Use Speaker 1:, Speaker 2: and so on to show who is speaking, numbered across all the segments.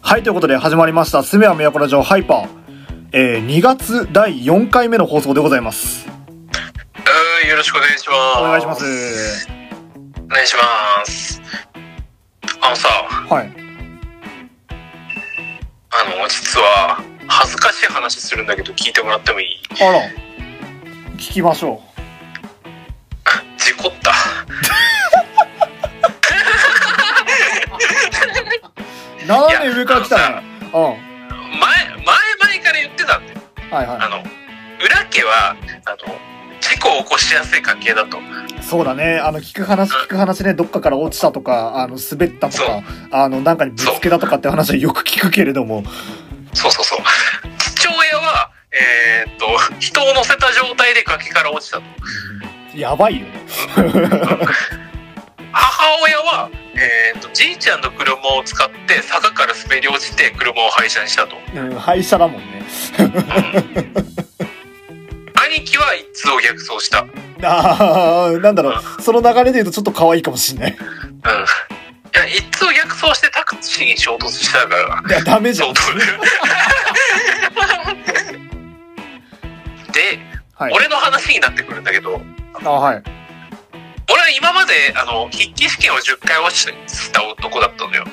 Speaker 1: はい、ということで始まりました、すめは都ラジオハイパー。えー、2月第4回目の放送でございます。
Speaker 2: はい、よろしくお願いします。
Speaker 1: お願いしま。す。
Speaker 2: お願いします。あのさ、
Speaker 1: はい。
Speaker 2: あの、実は、恥ずかしい話するんだけど聞いてもらってもいい
Speaker 1: あら、聞きましょ
Speaker 2: 事故った。
Speaker 1: う。なんで上から来たのうん。は
Speaker 2: 前、前々から言ってたんだよ。
Speaker 1: い
Speaker 2: あ
Speaker 1: は
Speaker 2: の、裏家は、あの、事故を起こしやすい関係だと。
Speaker 1: い。そうだね。あの、聞く話聞く話ね、どっかから落ちたとか、あの、滑ったと
Speaker 2: そ
Speaker 1: か
Speaker 2: う、
Speaker 1: あの、なんかにぶつけたとかって話はよく聞くけれども。
Speaker 2: そうそうそう。父親は、えーっと、人を乗せた状態で崖から落ちたと。
Speaker 1: やばいよね。
Speaker 2: 母親は、えーっと、じいちゃんの車を使って坂から滑り落ちて車を廃車にしたと。
Speaker 1: うん、廃車だもんね。
Speaker 2: 兄貴は一通を逆走した。うん。
Speaker 1: あー、なんだろう。その流れで言うとちょっと可愛いかもしんない。
Speaker 2: いや、一通を逆走してタクシーに衝突し たから、
Speaker 1: いや、ダメじゃ
Speaker 2: 相
Speaker 1: ん。
Speaker 2: 当だよ。で、
Speaker 1: はい。
Speaker 2: 俺の話になってくるんだけど、
Speaker 1: あ、はい。
Speaker 2: 俺は今まで、あの、筆記試験を10回落ちた男だったのよ。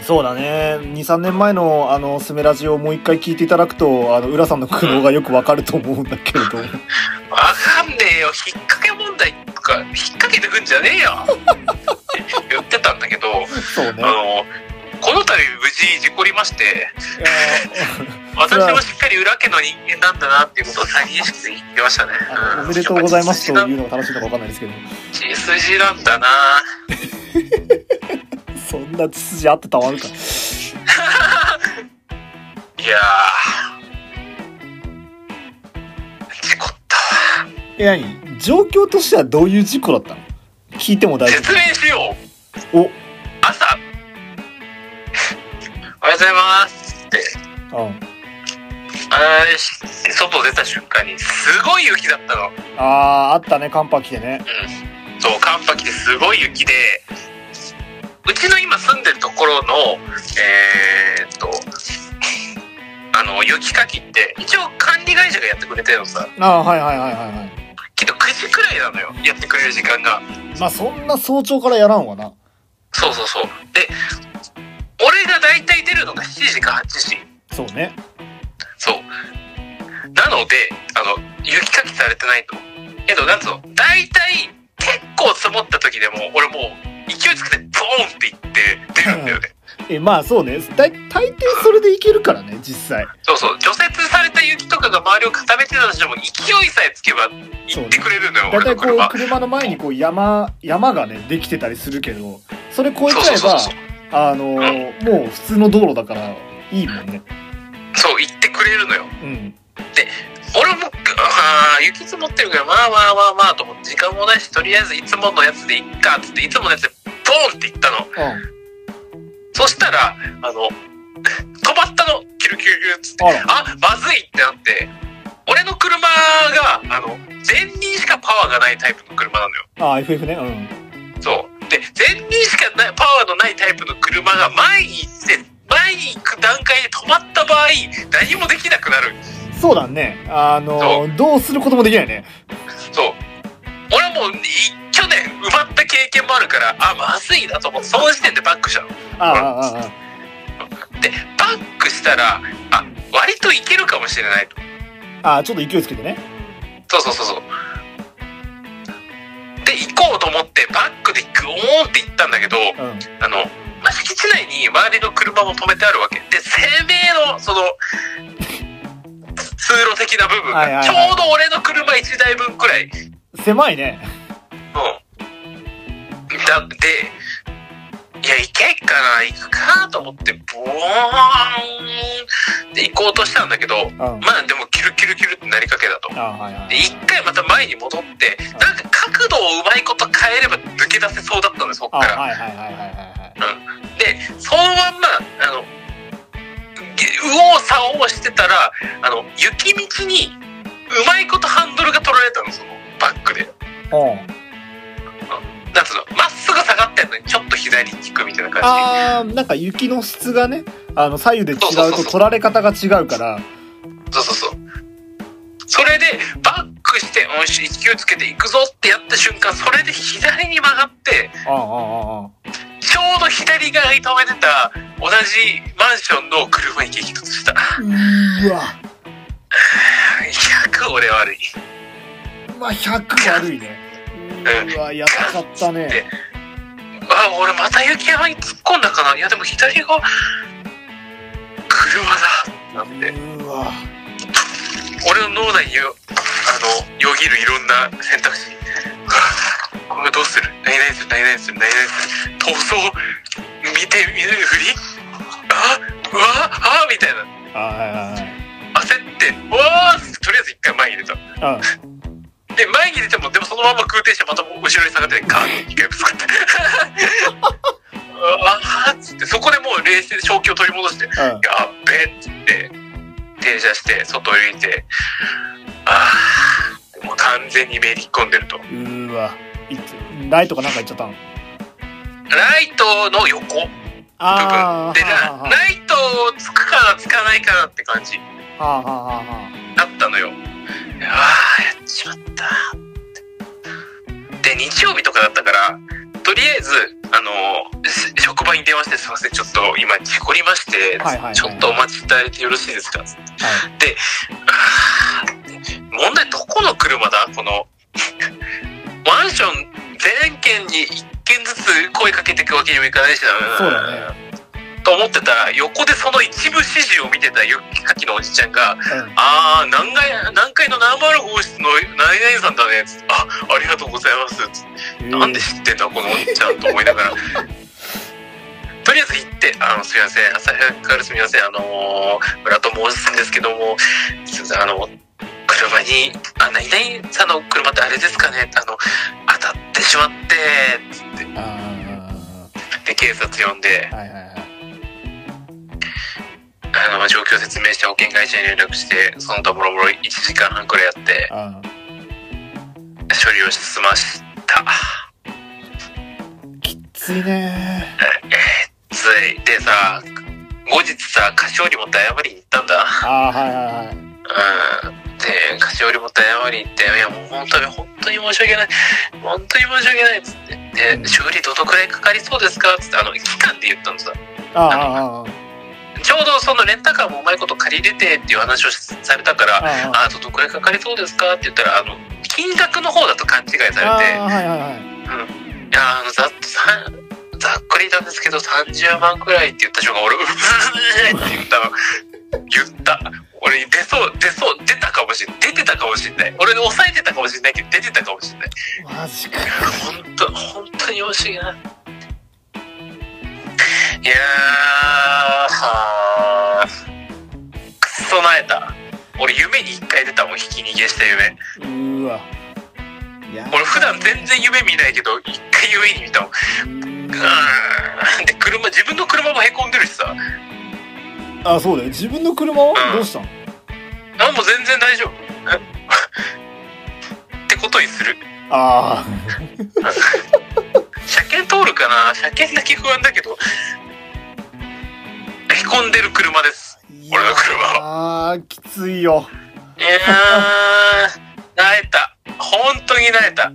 Speaker 1: そうだね23年前のあのスメラジをもう一回聞いていただくとあの浦さんの苦悩がよくわかると思うんだけれど
Speaker 2: わかんねえよ、引っ掛け問題とか、引っ掛けてくんじゃねえよって言ってたんだけど、
Speaker 1: そうね
Speaker 2: あの、この度無事事故りまして、
Speaker 1: それ
Speaker 2: 私
Speaker 1: は
Speaker 2: はしっかり裏家の人間なんだなっていうことを再認識して言ってましたね
Speaker 1: あ。のおめでとうございますというのが正しいのかわかんないですけど
Speaker 2: 血筋なんだな
Speaker 1: そんな血筋合ってたまるか
Speaker 2: いやー事故った
Speaker 1: え何状況としてはどういう事故だったの聞いても大丈
Speaker 2: 説明しよう
Speaker 1: 夫お
Speaker 2: 朝「おはようございます」って
Speaker 1: うん
Speaker 2: あーし外出た瞬間にすごい雪だったの
Speaker 1: あああったね寒波来てね
Speaker 2: そう寒波来てすごい雪でうちの今住んでるところのえー、っとあの雪かきって一応管理会社がやってくれてるのさ
Speaker 1: ああはいはいはいはいはい
Speaker 2: けど9時くらいなのよやってくれる時間が
Speaker 1: まあそんな早朝からやらんわな
Speaker 2: そうそうそうで俺が大体出るのが7時か8時
Speaker 1: そうね
Speaker 2: そうなのであの雪かきされてないとけどなんつうの大体結構積もった時でも俺もう勢いつけてボーンって行って出るんだよね
Speaker 1: えまあそうねだい大抵それでいけるからね実際
Speaker 2: そうそう除雪された雪とかが周りを固めてたとしても勢いさえつけば行ってくれるのよ、
Speaker 1: 大
Speaker 2: 俺
Speaker 1: 体
Speaker 2: の
Speaker 1: こう
Speaker 2: 車
Speaker 1: 車の前にこう山山がねできてたりするけどそれ越えち
Speaker 2: そう
Speaker 1: ゃ
Speaker 2: そ
Speaker 1: え
Speaker 2: うそうそう
Speaker 1: ばあのーもう普通の道路だからいいもんね
Speaker 2: そう行ってくれるのよ
Speaker 1: うん
Speaker 2: 俺もあー雪積もってるからまあまあまあまあと思って時間もないしとりあえずいつものやつでいっかっつっていつものやつでボーンっていったの
Speaker 1: うん
Speaker 2: そしたらあの止まったのキュルキュルキュルっつって
Speaker 1: あら
Speaker 2: あまずいってなって俺の車があの前輪しかパワーがないタイプの車なのよ
Speaker 1: あ FF ねうん
Speaker 2: そうで前輪しかないパワーのないタイプの車が前に行って前に行く段階で止まった場合何もできなくなる
Speaker 1: そうだねあのーどうすることもできないね
Speaker 2: そう。俺はもうい去年埋まった経験もあるから、あ、まずいなと思って、その時点でバックしたの。
Speaker 1: ああああ
Speaker 2: で、バックしたら、あ、割といけるかもしれないと。
Speaker 1: ああちょっと勢いつけてね
Speaker 2: そうそうそうそう。で、行こうと思って、バックでグオーンって行ったんだけど、
Speaker 1: うん
Speaker 2: あの、まあ敷地内に周りの車も止めてあるわけ。で、生命の、その、通路的な部分
Speaker 1: はいはいは
Speaker 2: が、
Speaker 1: い
Speaker 2: ちょうど俺の車1台分くらい
Speaker 1: 狭いね
Speaker 2: うん。だって、いや、行けっかな、行くかと思って、ボーンって行こうとしたんだけど、
Speaker 1: うんあ
Speaker 2: まあでも、キュルキュルキュルってなりかけだと。
Speaker 1: あはいはい
Speaker 2: で、一回また前に戻って、なんか角度をうまいこと変えれば抜け出せそうだったんです、そっ
Speaker 1: あ
Speaker 2: か
Speaker 1: はい
Speaker 2: ら。
Speaker 1: はいはいはいはいはい
Speaker 2: で、そのまんま、あの、げ右往左往してたら、あの、雪道に、うまいことハンドルが取られたの、その、バックで。
Speaker 1: うん
Speaker 2: なんつうの、まっすぐ下がってんのに、ちょっと左に効くみたいな感
Speaker 1: あーなんか雪の質がねあの左右で違
Speaker 2: そう
Speaker 1: う
Speaker 2: そう
Speaker 1: と
Speaker 2: そう
Speaker 1: 取られ方が違うから
Speaker 2: じ。そうそうそう。それで、バックして、おし、勢いつけていくぞってやった瞬間、それで左に曲がって、
Speaker 1: あああああ
Speaker 2: ちょうど左側に止めてた、同じマンションの車に激突した。
Speaker 1: あうわ
Speaker 2: 100俺悪い。
Speaker 1: まあ100悪いねうわやばかったね
Speaker 2: あ、俺また雪山に突っ込んだかな。いや、でも左側、車だ。なんて、
Speaker 1: うわ
Speaker 2: 俺の脳内によ、あの、よぎるいろんな選択肢。 うわこれどうする何々する何々する何々する逃走見て見ぬふりあうわあみたいな。
Speaker 1: あ
Speaker 2: 焦って、うわーってとりあえず一回前に出た。
Speaker 1: あああ
Speaker 2: で、前に出ても、でもそのまま空転して、また後ろに下がって、ガーンって一回ぶつかって。 あーっつって、そこでもう冷静で正気を取り戻して、
Speaker 1: うんうん
Speaker 2: やっべーっつって、停車して、外を歩いて、あー、もう完全にめり込んでると。
Speaker 1: うーわいつライトかなんか行っちゃったの
Speaker 2: ライトの横部分。
Speaker 1: ああ
Speaker 2: で、な
Speaker 1: は
Speaker 2: ライトをつくかな、つかないかなって感じ
Speaker 1: あはあはあはあは
Speaker 2: だったのよ。あー、やっちまったって。で、日曜日とかだったから、とりあえず、あの、し職場に電話して、すいません、ちょっと今、事故りまして、
Speaker 1: はいはいはい
Speaker 2: ちょっとお待ちいただいてよろしいですか
Speaker 1: あはい
Speaker 2: 問題どこの車だこのマンション全軒に1軒ずつ声かけていくわけにもいかないしな
Speaker 1: そうだね
Speaker 2: と思ってたら横でその一部指示を見てた雪かきのおじちゃんが
Speaker 1: うん
Speaker 2: 「ああ何階何階の何丸号室の何々さんだね」つってあありがとうございます」つって
Speaker 1: えー
Speaker 2: なんで知ってんだこのおっちゃんと思いながら。 とりあえず行って、あの、すみません、朝早くからすみません、あのー、村と申すんですけども、すみません、あの、車に、あ、何々さんの車ってあれですかね、あの、当たってしまって、
Speaker 1: あ
Speaker 2: で、警察呼んで
Speaker 1: あ、はいはいはい
Speaker 2: あの、状況説明して保険会社に連絡して、その他もろもろ1時間半くらいやって、
Speaker 1: あー
Speaker 2: 処理を済ました。
Speaker 1: きっついね
Speaker 2: つい、でさ、後日さ、菓子折り持って謝りに行ったんだ。
Speaker 1: ああはいはいはい
Speaker 2: うんで、菓子折りも謝りに行って、いや、もう本当に、本当に申し訳ない。本当に申し訳ないっつって。で、修理どのくらいかかりそうですかっつって、あの、期間で言ったのさ。
Speaker 1: ああああ
Speaker 2: ちょうどそのレンタカーもうまいこと借りれてっていう話をされたから、
Speaker 1: ああ
Speaker 2: あ、どのくらいかかりそうですかって言ったら、あの、金額の方だと勘違いされて、
Speaker 1: あーはいはいはい
Speaker 2: いや、あの、ざっさざっくりなんですけど、30万くらいって言った瞬間、俺、うーって言ったの。言った。俺、出そう、出そう、出たかもしんない。出てたかもしんない。俺、抑えてたかもしんないけど、出てたかもしんない。
Speaker 1: マジか
Speaker 2: 本当本当に惜しいな。いやー、はー、くっそなえた。俺、夢に一回出たもん、ひき逃げした夢。
Speaker 1: うーわいやー
Speaker 2: 俺、普段全然夢見ないけど、一回夢に見たもん。うーんで車自分の車もへこんでるしさ
Speaker 1: あそうだよ自分の車はどうしたの
Speaker 2: 何も全然大丈夫 えってことにする
Speaker 1: あ
Speaker 2: 車検通るかな車検だけ不安だけどへこんでる車です
Speaker 1: あ
Speaker 2: 俺の車
Speaker 1: ああきついよ
Speaker 2: いやーなえた本当になえた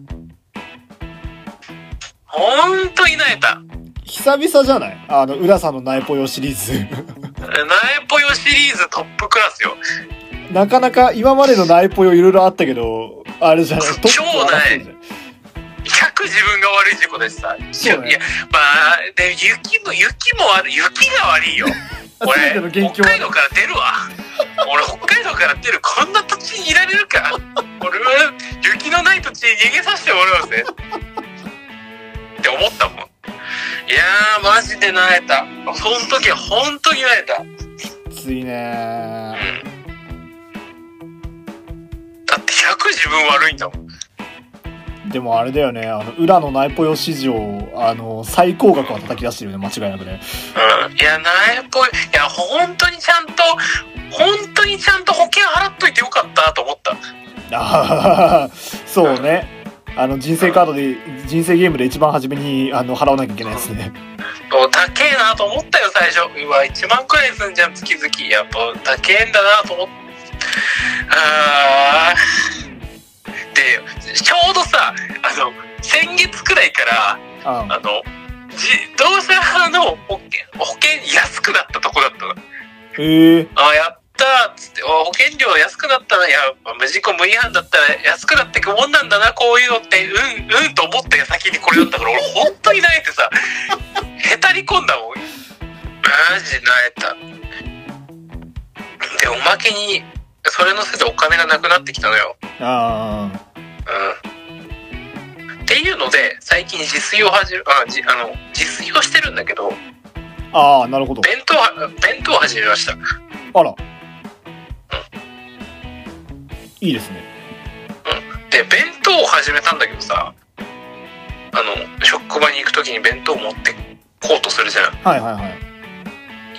Speaker 2: 本当になえた
Speaker 1: 久々じゃないあの浦さんの苗ぽよシリーズ
Speaker 2: なえぽよシリーズトップクラスよ
Speaker 1: なかなか今までの苗ぽよいろいろあったけどあれじゃないトップを争うじゃん
Speaker 2: 100自分が悪い事故でした
Speaker 1: そうね
Speaker 2: いやまあで雪も雪も悪い雪が悪 いよ
Speaker 1: 全ての元
Speaker 2: 俺
Speaker 1: 凶
Speaker 2: 北
Speaker 1: は
Speaker 2: 海道から出るわ俺北海道から出るこんな土地にいられるか俺は雪のない土地に逃げさせてもらおうぜって思ったもんいやーマジでなえたその時は本当になえた
Speaker 1: きついね
Speaker 2: だって100自分悪いんだもん
Speaker 1: でもあれだよねあの浦の苗ぽよ史上あの最高額は叩き出してるよね間違いなくね
Speaker 2: うんいやなえっぽいいや本当にちゃんと本当にちゃんと保険払っといてよかったと思った
Speaker 1: ああそうねあの人生カードで人生ゲームで一番初めにあの払わなきゃいけないですね
Speaker 2: もう高えなと思ったよ最初うわ1万くらいすんじゃん月々やっぱ高えんだなと思ってあーでちょうどさあの先月くらいから
Speaker 1: あ
Speaker 2: あの自動車の保険保険安くなったとこだったの
Speaker 1: ええ
Speaker 2: あやったーっつってあ保険料安くなったなやっぱ無事故無違反だったら安くなってくもんなんだなこういうのってうんうんと思った先にこれだったから俺本当に泣いてさ へたり込んだもんマジ泣いたでおまけにそれのせいでお金がなくなってきたのよ
Speaker 1: ああ
Speaker 2: うんっていうので最近自炊を始めあじあの自炊をしてるんだけど
Speaker 1: ああなるほど
Speaker 2: 弁当は弁当を始めました
Speaker 1: あらいいですね
Speaker 2: で弁当を始めたんだけどさあの職場に行く時に弁当持ってこうとするじゃん
Speaker 1: はいはいはい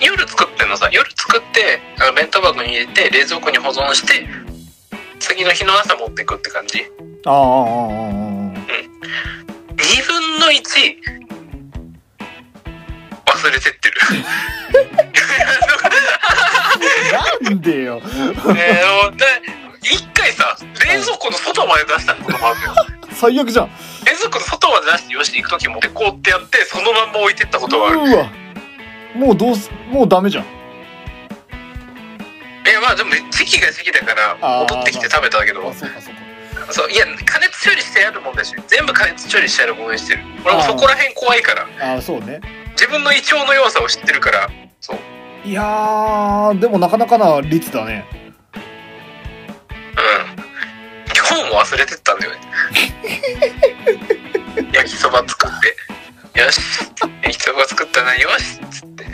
Speaker 2: 夜作ってんのさ夜作ってあの弁当箱に入れて冷蔵庫に保存して次の日の朝持ってくって感じ
Speaker 1: あああああ
Speaker 2: 2分の1忘れてってる
Speaker 1: あああなんでよ
Speaker 2: ねえもうだ一回さ冷蔵庫の外まで出したこともあるのよ
Speaker 1: 最悪じゃん
Speaker 2: 冷蔵庫の外まで出してよし行く時持ってこうってやってそのまんま置いてったことはある
Speaker 1: うわもうどうすもうダメじゃん
Speaker 2: えまあでも席が席だから
Speaker 1: あー
Speaker 2: 戻ってきて食べたけど
Speaker 1: そうかそうか
Speaker 2: そういや加熱処理してあるもんだし全部加熱処理してあるものにしてる俺もそこら辺怖いから
Speaker 1: ああそうね
Speaker 2: 自分の胃腸の弱さを知ってるからそう
Speaker 1: いやーでもなかなかな率だね
Speaker 2: うん今日も忘れてったん だよね焼きそば作ってよし焼きそば作ったなよしっつって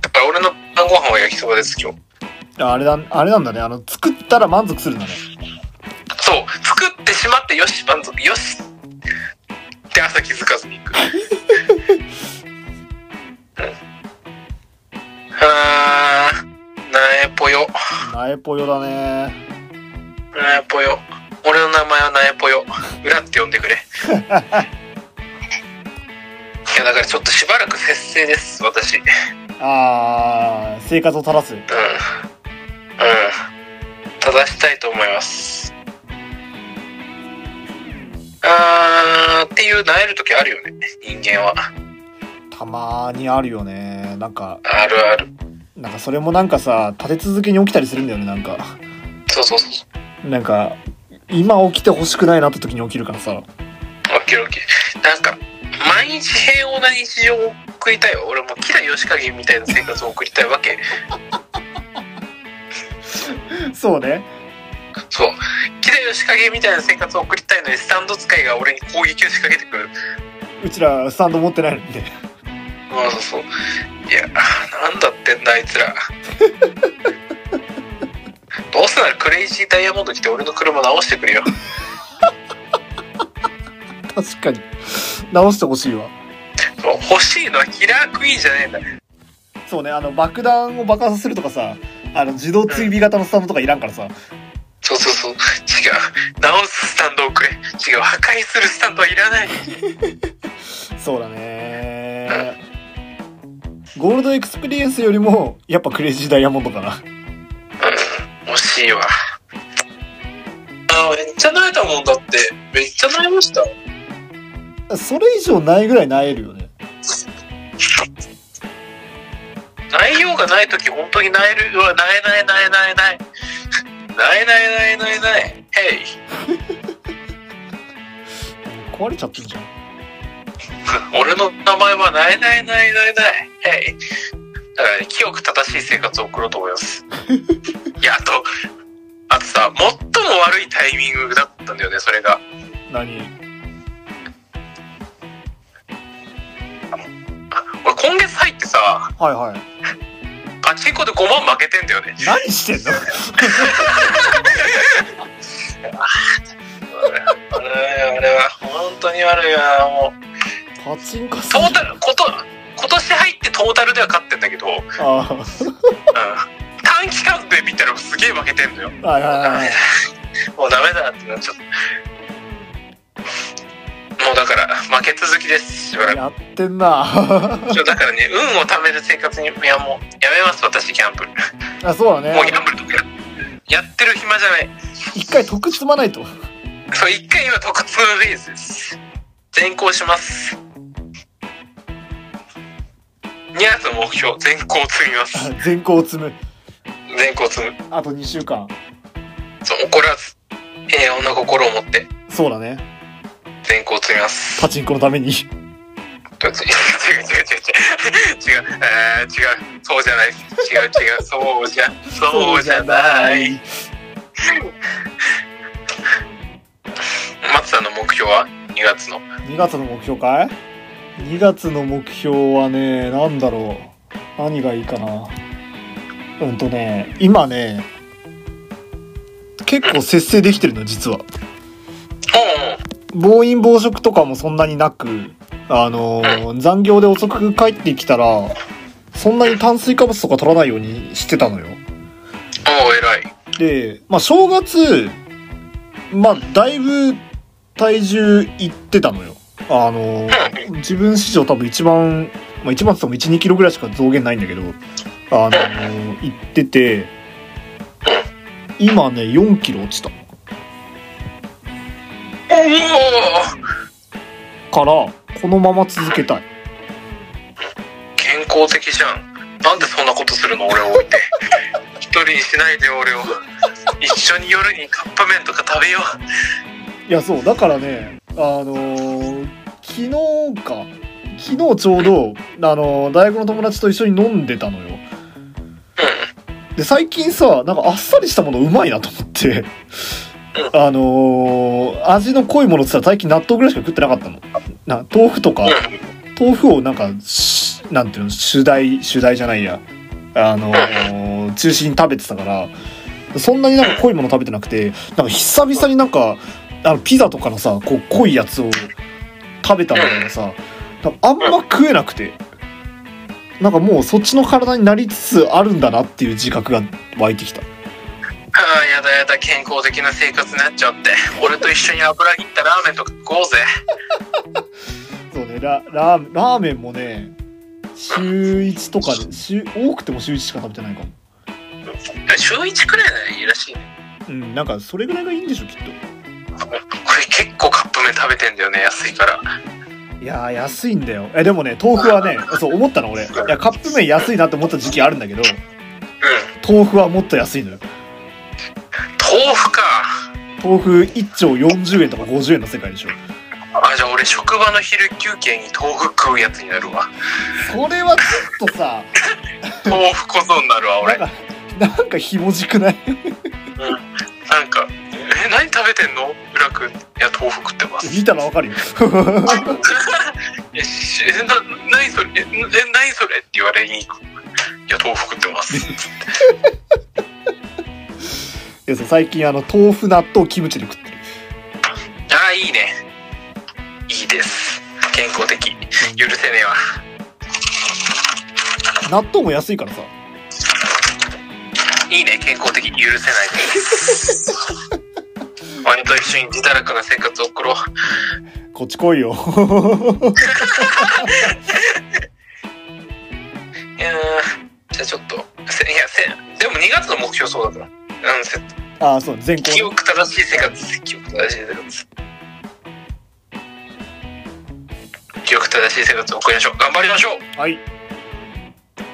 Speaker 2: だから俺の晩ご飯は焼きそばです今日
Speaker 1: あれだあれなんだねあの作ったら満足するんだね
Speaker 2: そう作ってしまってよし満足よしって朝気づかずに行くうんはあなえぽよ
Speaker 1: 苗ぽよだね
Speaker 2: なえぽよ俺の名前はなえぽよ裏って呼んでくれ いやだからちょっとしばらく節制です私うんうん
Speaker 1: あー生活を垂らす
Speaker 2: 正したいと思いますあーっていうなえる時あるよね人間は
Speaker 1: たまーにあるよねなんか
Speaker 2: あるある
Speaker 1: なんかそれもなんかさ立て続けに起きたりするんだよねなんか
Speaker 2: そうそうそうそう
Speaker 1: なんか今起きてほしくないなって時に起きるからさ
Speaker 2: オッケーオッケーなんか毎日平穏な日常を送りたいわ俺もう喜良義景みたいな生活を送りたいわけ
Speaker 1: そうね
Speaker 2: そう喜良義景みたいな生活を送りたいのにスタンド使いが俺に攻撃を仕掛けてくる
Speaker 1: うちらスタンド持ってないので
Speaker 2: ああそうそういやなんだってんだあいつらどうせならクレイジーダイヤモンド来て俺の車直してくれよ
Speaker 1: 確かに直してほしいわ
Speaker 2: そう欲しいのはキラークイーンじゃねえんだ
Speaker 1: そうねあの爆弾を爆発するとかさあの自動追尾型のスタンドとかいらんからさ
Speaker 2: そうそうそう違う直すスタンドをくれ違う破壊するスタンドはいらない
Speaker 1: そうだねゴールドエクスペリエンスよりもやっぱクレイジーダイヤモンドかな
Speaker 2: うん惜しいわあーめっちゃ泣いたもんだってめっちゃ泣いました
Speaker 1: それ以上ないぐらいなえるよね
Speaker 2: 内容がない時本当に泣えるうわ泣えない泣えない 泣えない泣えない泣えない泣えないへい
Speaker 1: 壊れちゃってるじゃん
Speaker 2: 俺の名前はないないないないない。えい。だから、清く正しい生活を送ろうと思います。いや、あと、あとさ、最も悪いタイミングだったんだよね、それが。
Speaker 1: 何
Speaker 2: 俺、今月入ってさ、
Speaker 1: はいはい
Speaker 2: パチンコで5万負けてんだよね。
Speaker 1: 何してんの
Speaker 2: あれあれは、本当に悪いわ、もう。
Speaker 1: パチンコす
Speaker 2: ト
Speaker 1: る
Speaker 2: ータル、こと、今年入ってトータルでは勝ってんだけど、うん、
Speaker 1: あ
Speaker 2: 短期間で見たらすげえ負けてんのよ。
Speaker 1: あはいはいはいはい
Speaker 2: もうダメだってなっちゃった。だから負け続きですしばら く
Speaker 1: やってんな
Speaker 2: ちょだからね運を貯める生活にいやもうやめます私ギャンブル
Speaker 1: あそうだね
Speaker 2: もうギャンブルとかややってる暇じゃない
Speaker 1: 一回得積まないと
Speaker 2: そう一回今特別のレースです全校しますニャースの目標全校積みます
Speaker 1: 全校積む
Speaker 2: 全校積む
Speaker 1: あと2週間
Speaker 2: そう怒らず平穏な心を持って
Speaker 1: そうだね
Speaker 2: 全校積みます
Speaker 1: パチンコのために
Speaker 2: 違う違う違う違う違う違う違う、えー、違うそうじゃない違う違うそうじゃそうじゃない松さんの目標は2月の
Speaker 1: 2月の目標かい2月の目標はね何だろう何がいいかなうんとね今ね結構節制できてるの実は
Speaker 2: おう
Speaker 1: 暴飲暴食とかもそんなになくあのー残業で遅く帰ってきたらそんなに炭水化物とか取らないようにしてたのよ
Speaker 2: おう偉い
Speaker 1: でまあ正月まあだいぶ体重いってたのよあのー自分史上多分一番、まあ、一番って言っても1 2キロぐらいしか増減ないんだけどあのーいってて今ね4キロ落ちた
Speaker 2: おお
Speaker 1: からこのまま続けたい
Speaker 2: 健康的じゃんなんでそんなことするの俺を置いて一人にしないで俺を一緒に夜にカップ麺とか食べよう
Speaker 1: いやそうだからねあのー昨日か昨日ちょうど、あのー大学の友達と一緒に飲んでたのよで最近さなんかあっさりしたものうまいなと思ってあのー味の濃いものってさ最近納豆ぐらいしか食ってなかったのな豆腐とか
Speaker 2: うん
Speaker 1: 豆腐をなんかしなんていうの主題主題じゃないやあのー中心に食べてたからそんなになんか濃いもの食べてなくてなんか久々になんかあのピザとかのさこう濃いやつを食べたんだけどさなんかあんま食えなくてなんかもうそっちの体になりつつあるんだなっていう自覚が湧いてきた
Speaker 2: ああやだやだ健康的な生活になっちゃって俺と一緒に油切ったラーメンとか食おうぜ
Speaker 1: そうねララーメンラーメンもね週1とかで週多くても週1しか食べてないかも
Speaker 2: 週1くらいならいいらしいね
Speaker 1: うんなんかそれぐらいがいいんでしょきっと
Speaker 2: これ結構カップ麺食べてんだよね安いから
Speaker 1: いやー安いんだよえでもね豆腐は ねそう思ったの俺いやカップ麺安いなって思った時期あるんだけど
Speaker 2: うん
Speaker 1: 豆腐はもっと安いのよ
Speaker 2: 豆腐か
Speaker 1: 豆腐1丁40円とか50円の世界でしょ
Speaker 2: あじゃあ俺職場の昼休憩に豆腐食うやつになるわ
Speaker 1: それはちょっとさ
Speaker 2: 豆腐小僧になるわ
Speaker 1: な
Speaker 2: 俺
Speaker 1: んかなんかひもじくない
Speaker 2: なんか「え何食べてんの浦君」いや豆腐食ってます
Speaker 1: 見たらわかるよ
Speaker 2: えしえな何それええ何それって言われに行くいや豆腐食ってます
Speaker 1: いやそう最近あの豆腐納豆キムチで食ってる
Speaker 2: ああいいねいいです健康的許せねえわ
Speaker 1: 納豆も安いからさ
Speaker 2: いいね健康的許せないです俺と一緒に自堕落な生活を送ろう
Speaker 1: こっち来いよ
Speaker 2: いやーじゃあちょっとせいやせでも2月の目標そうだからうんせ
Speaker 1: ああそう全校
Speaker 2: 記憶正しい生活記憶正しい生活記憶正しい生活を送りましょう頑張りましょう
Speaker 1: はい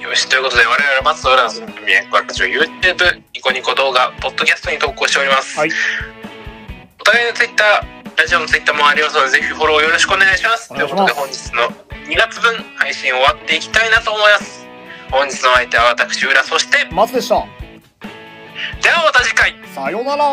Speaker 2: よし、ということで、我々松戸浦の組合ラジオ YouTube、ニコニコ動画、ポッドキャストに投稿しております。
Speaker 1: はい
Speaker 2: お互いの Twitter、ラジオの Twitter もありますので、ぜひフォローよろしくお願いします。
Speaker 1: お
Speaker 2: とい
Speaker 1: 願い
Speaker 2: う
Speaker 1: し
Speaker 2: こ
Speaker 1: ま
Speaker 2: と
Speaker 1: す
Speaker 2: で、本日の2月分、配信終わっていきたいなと思います。本日の相手は私、浦、そして、
Speaker 1: 松でした
Speaker 2: ではまた次回
Speaker 1: さようなら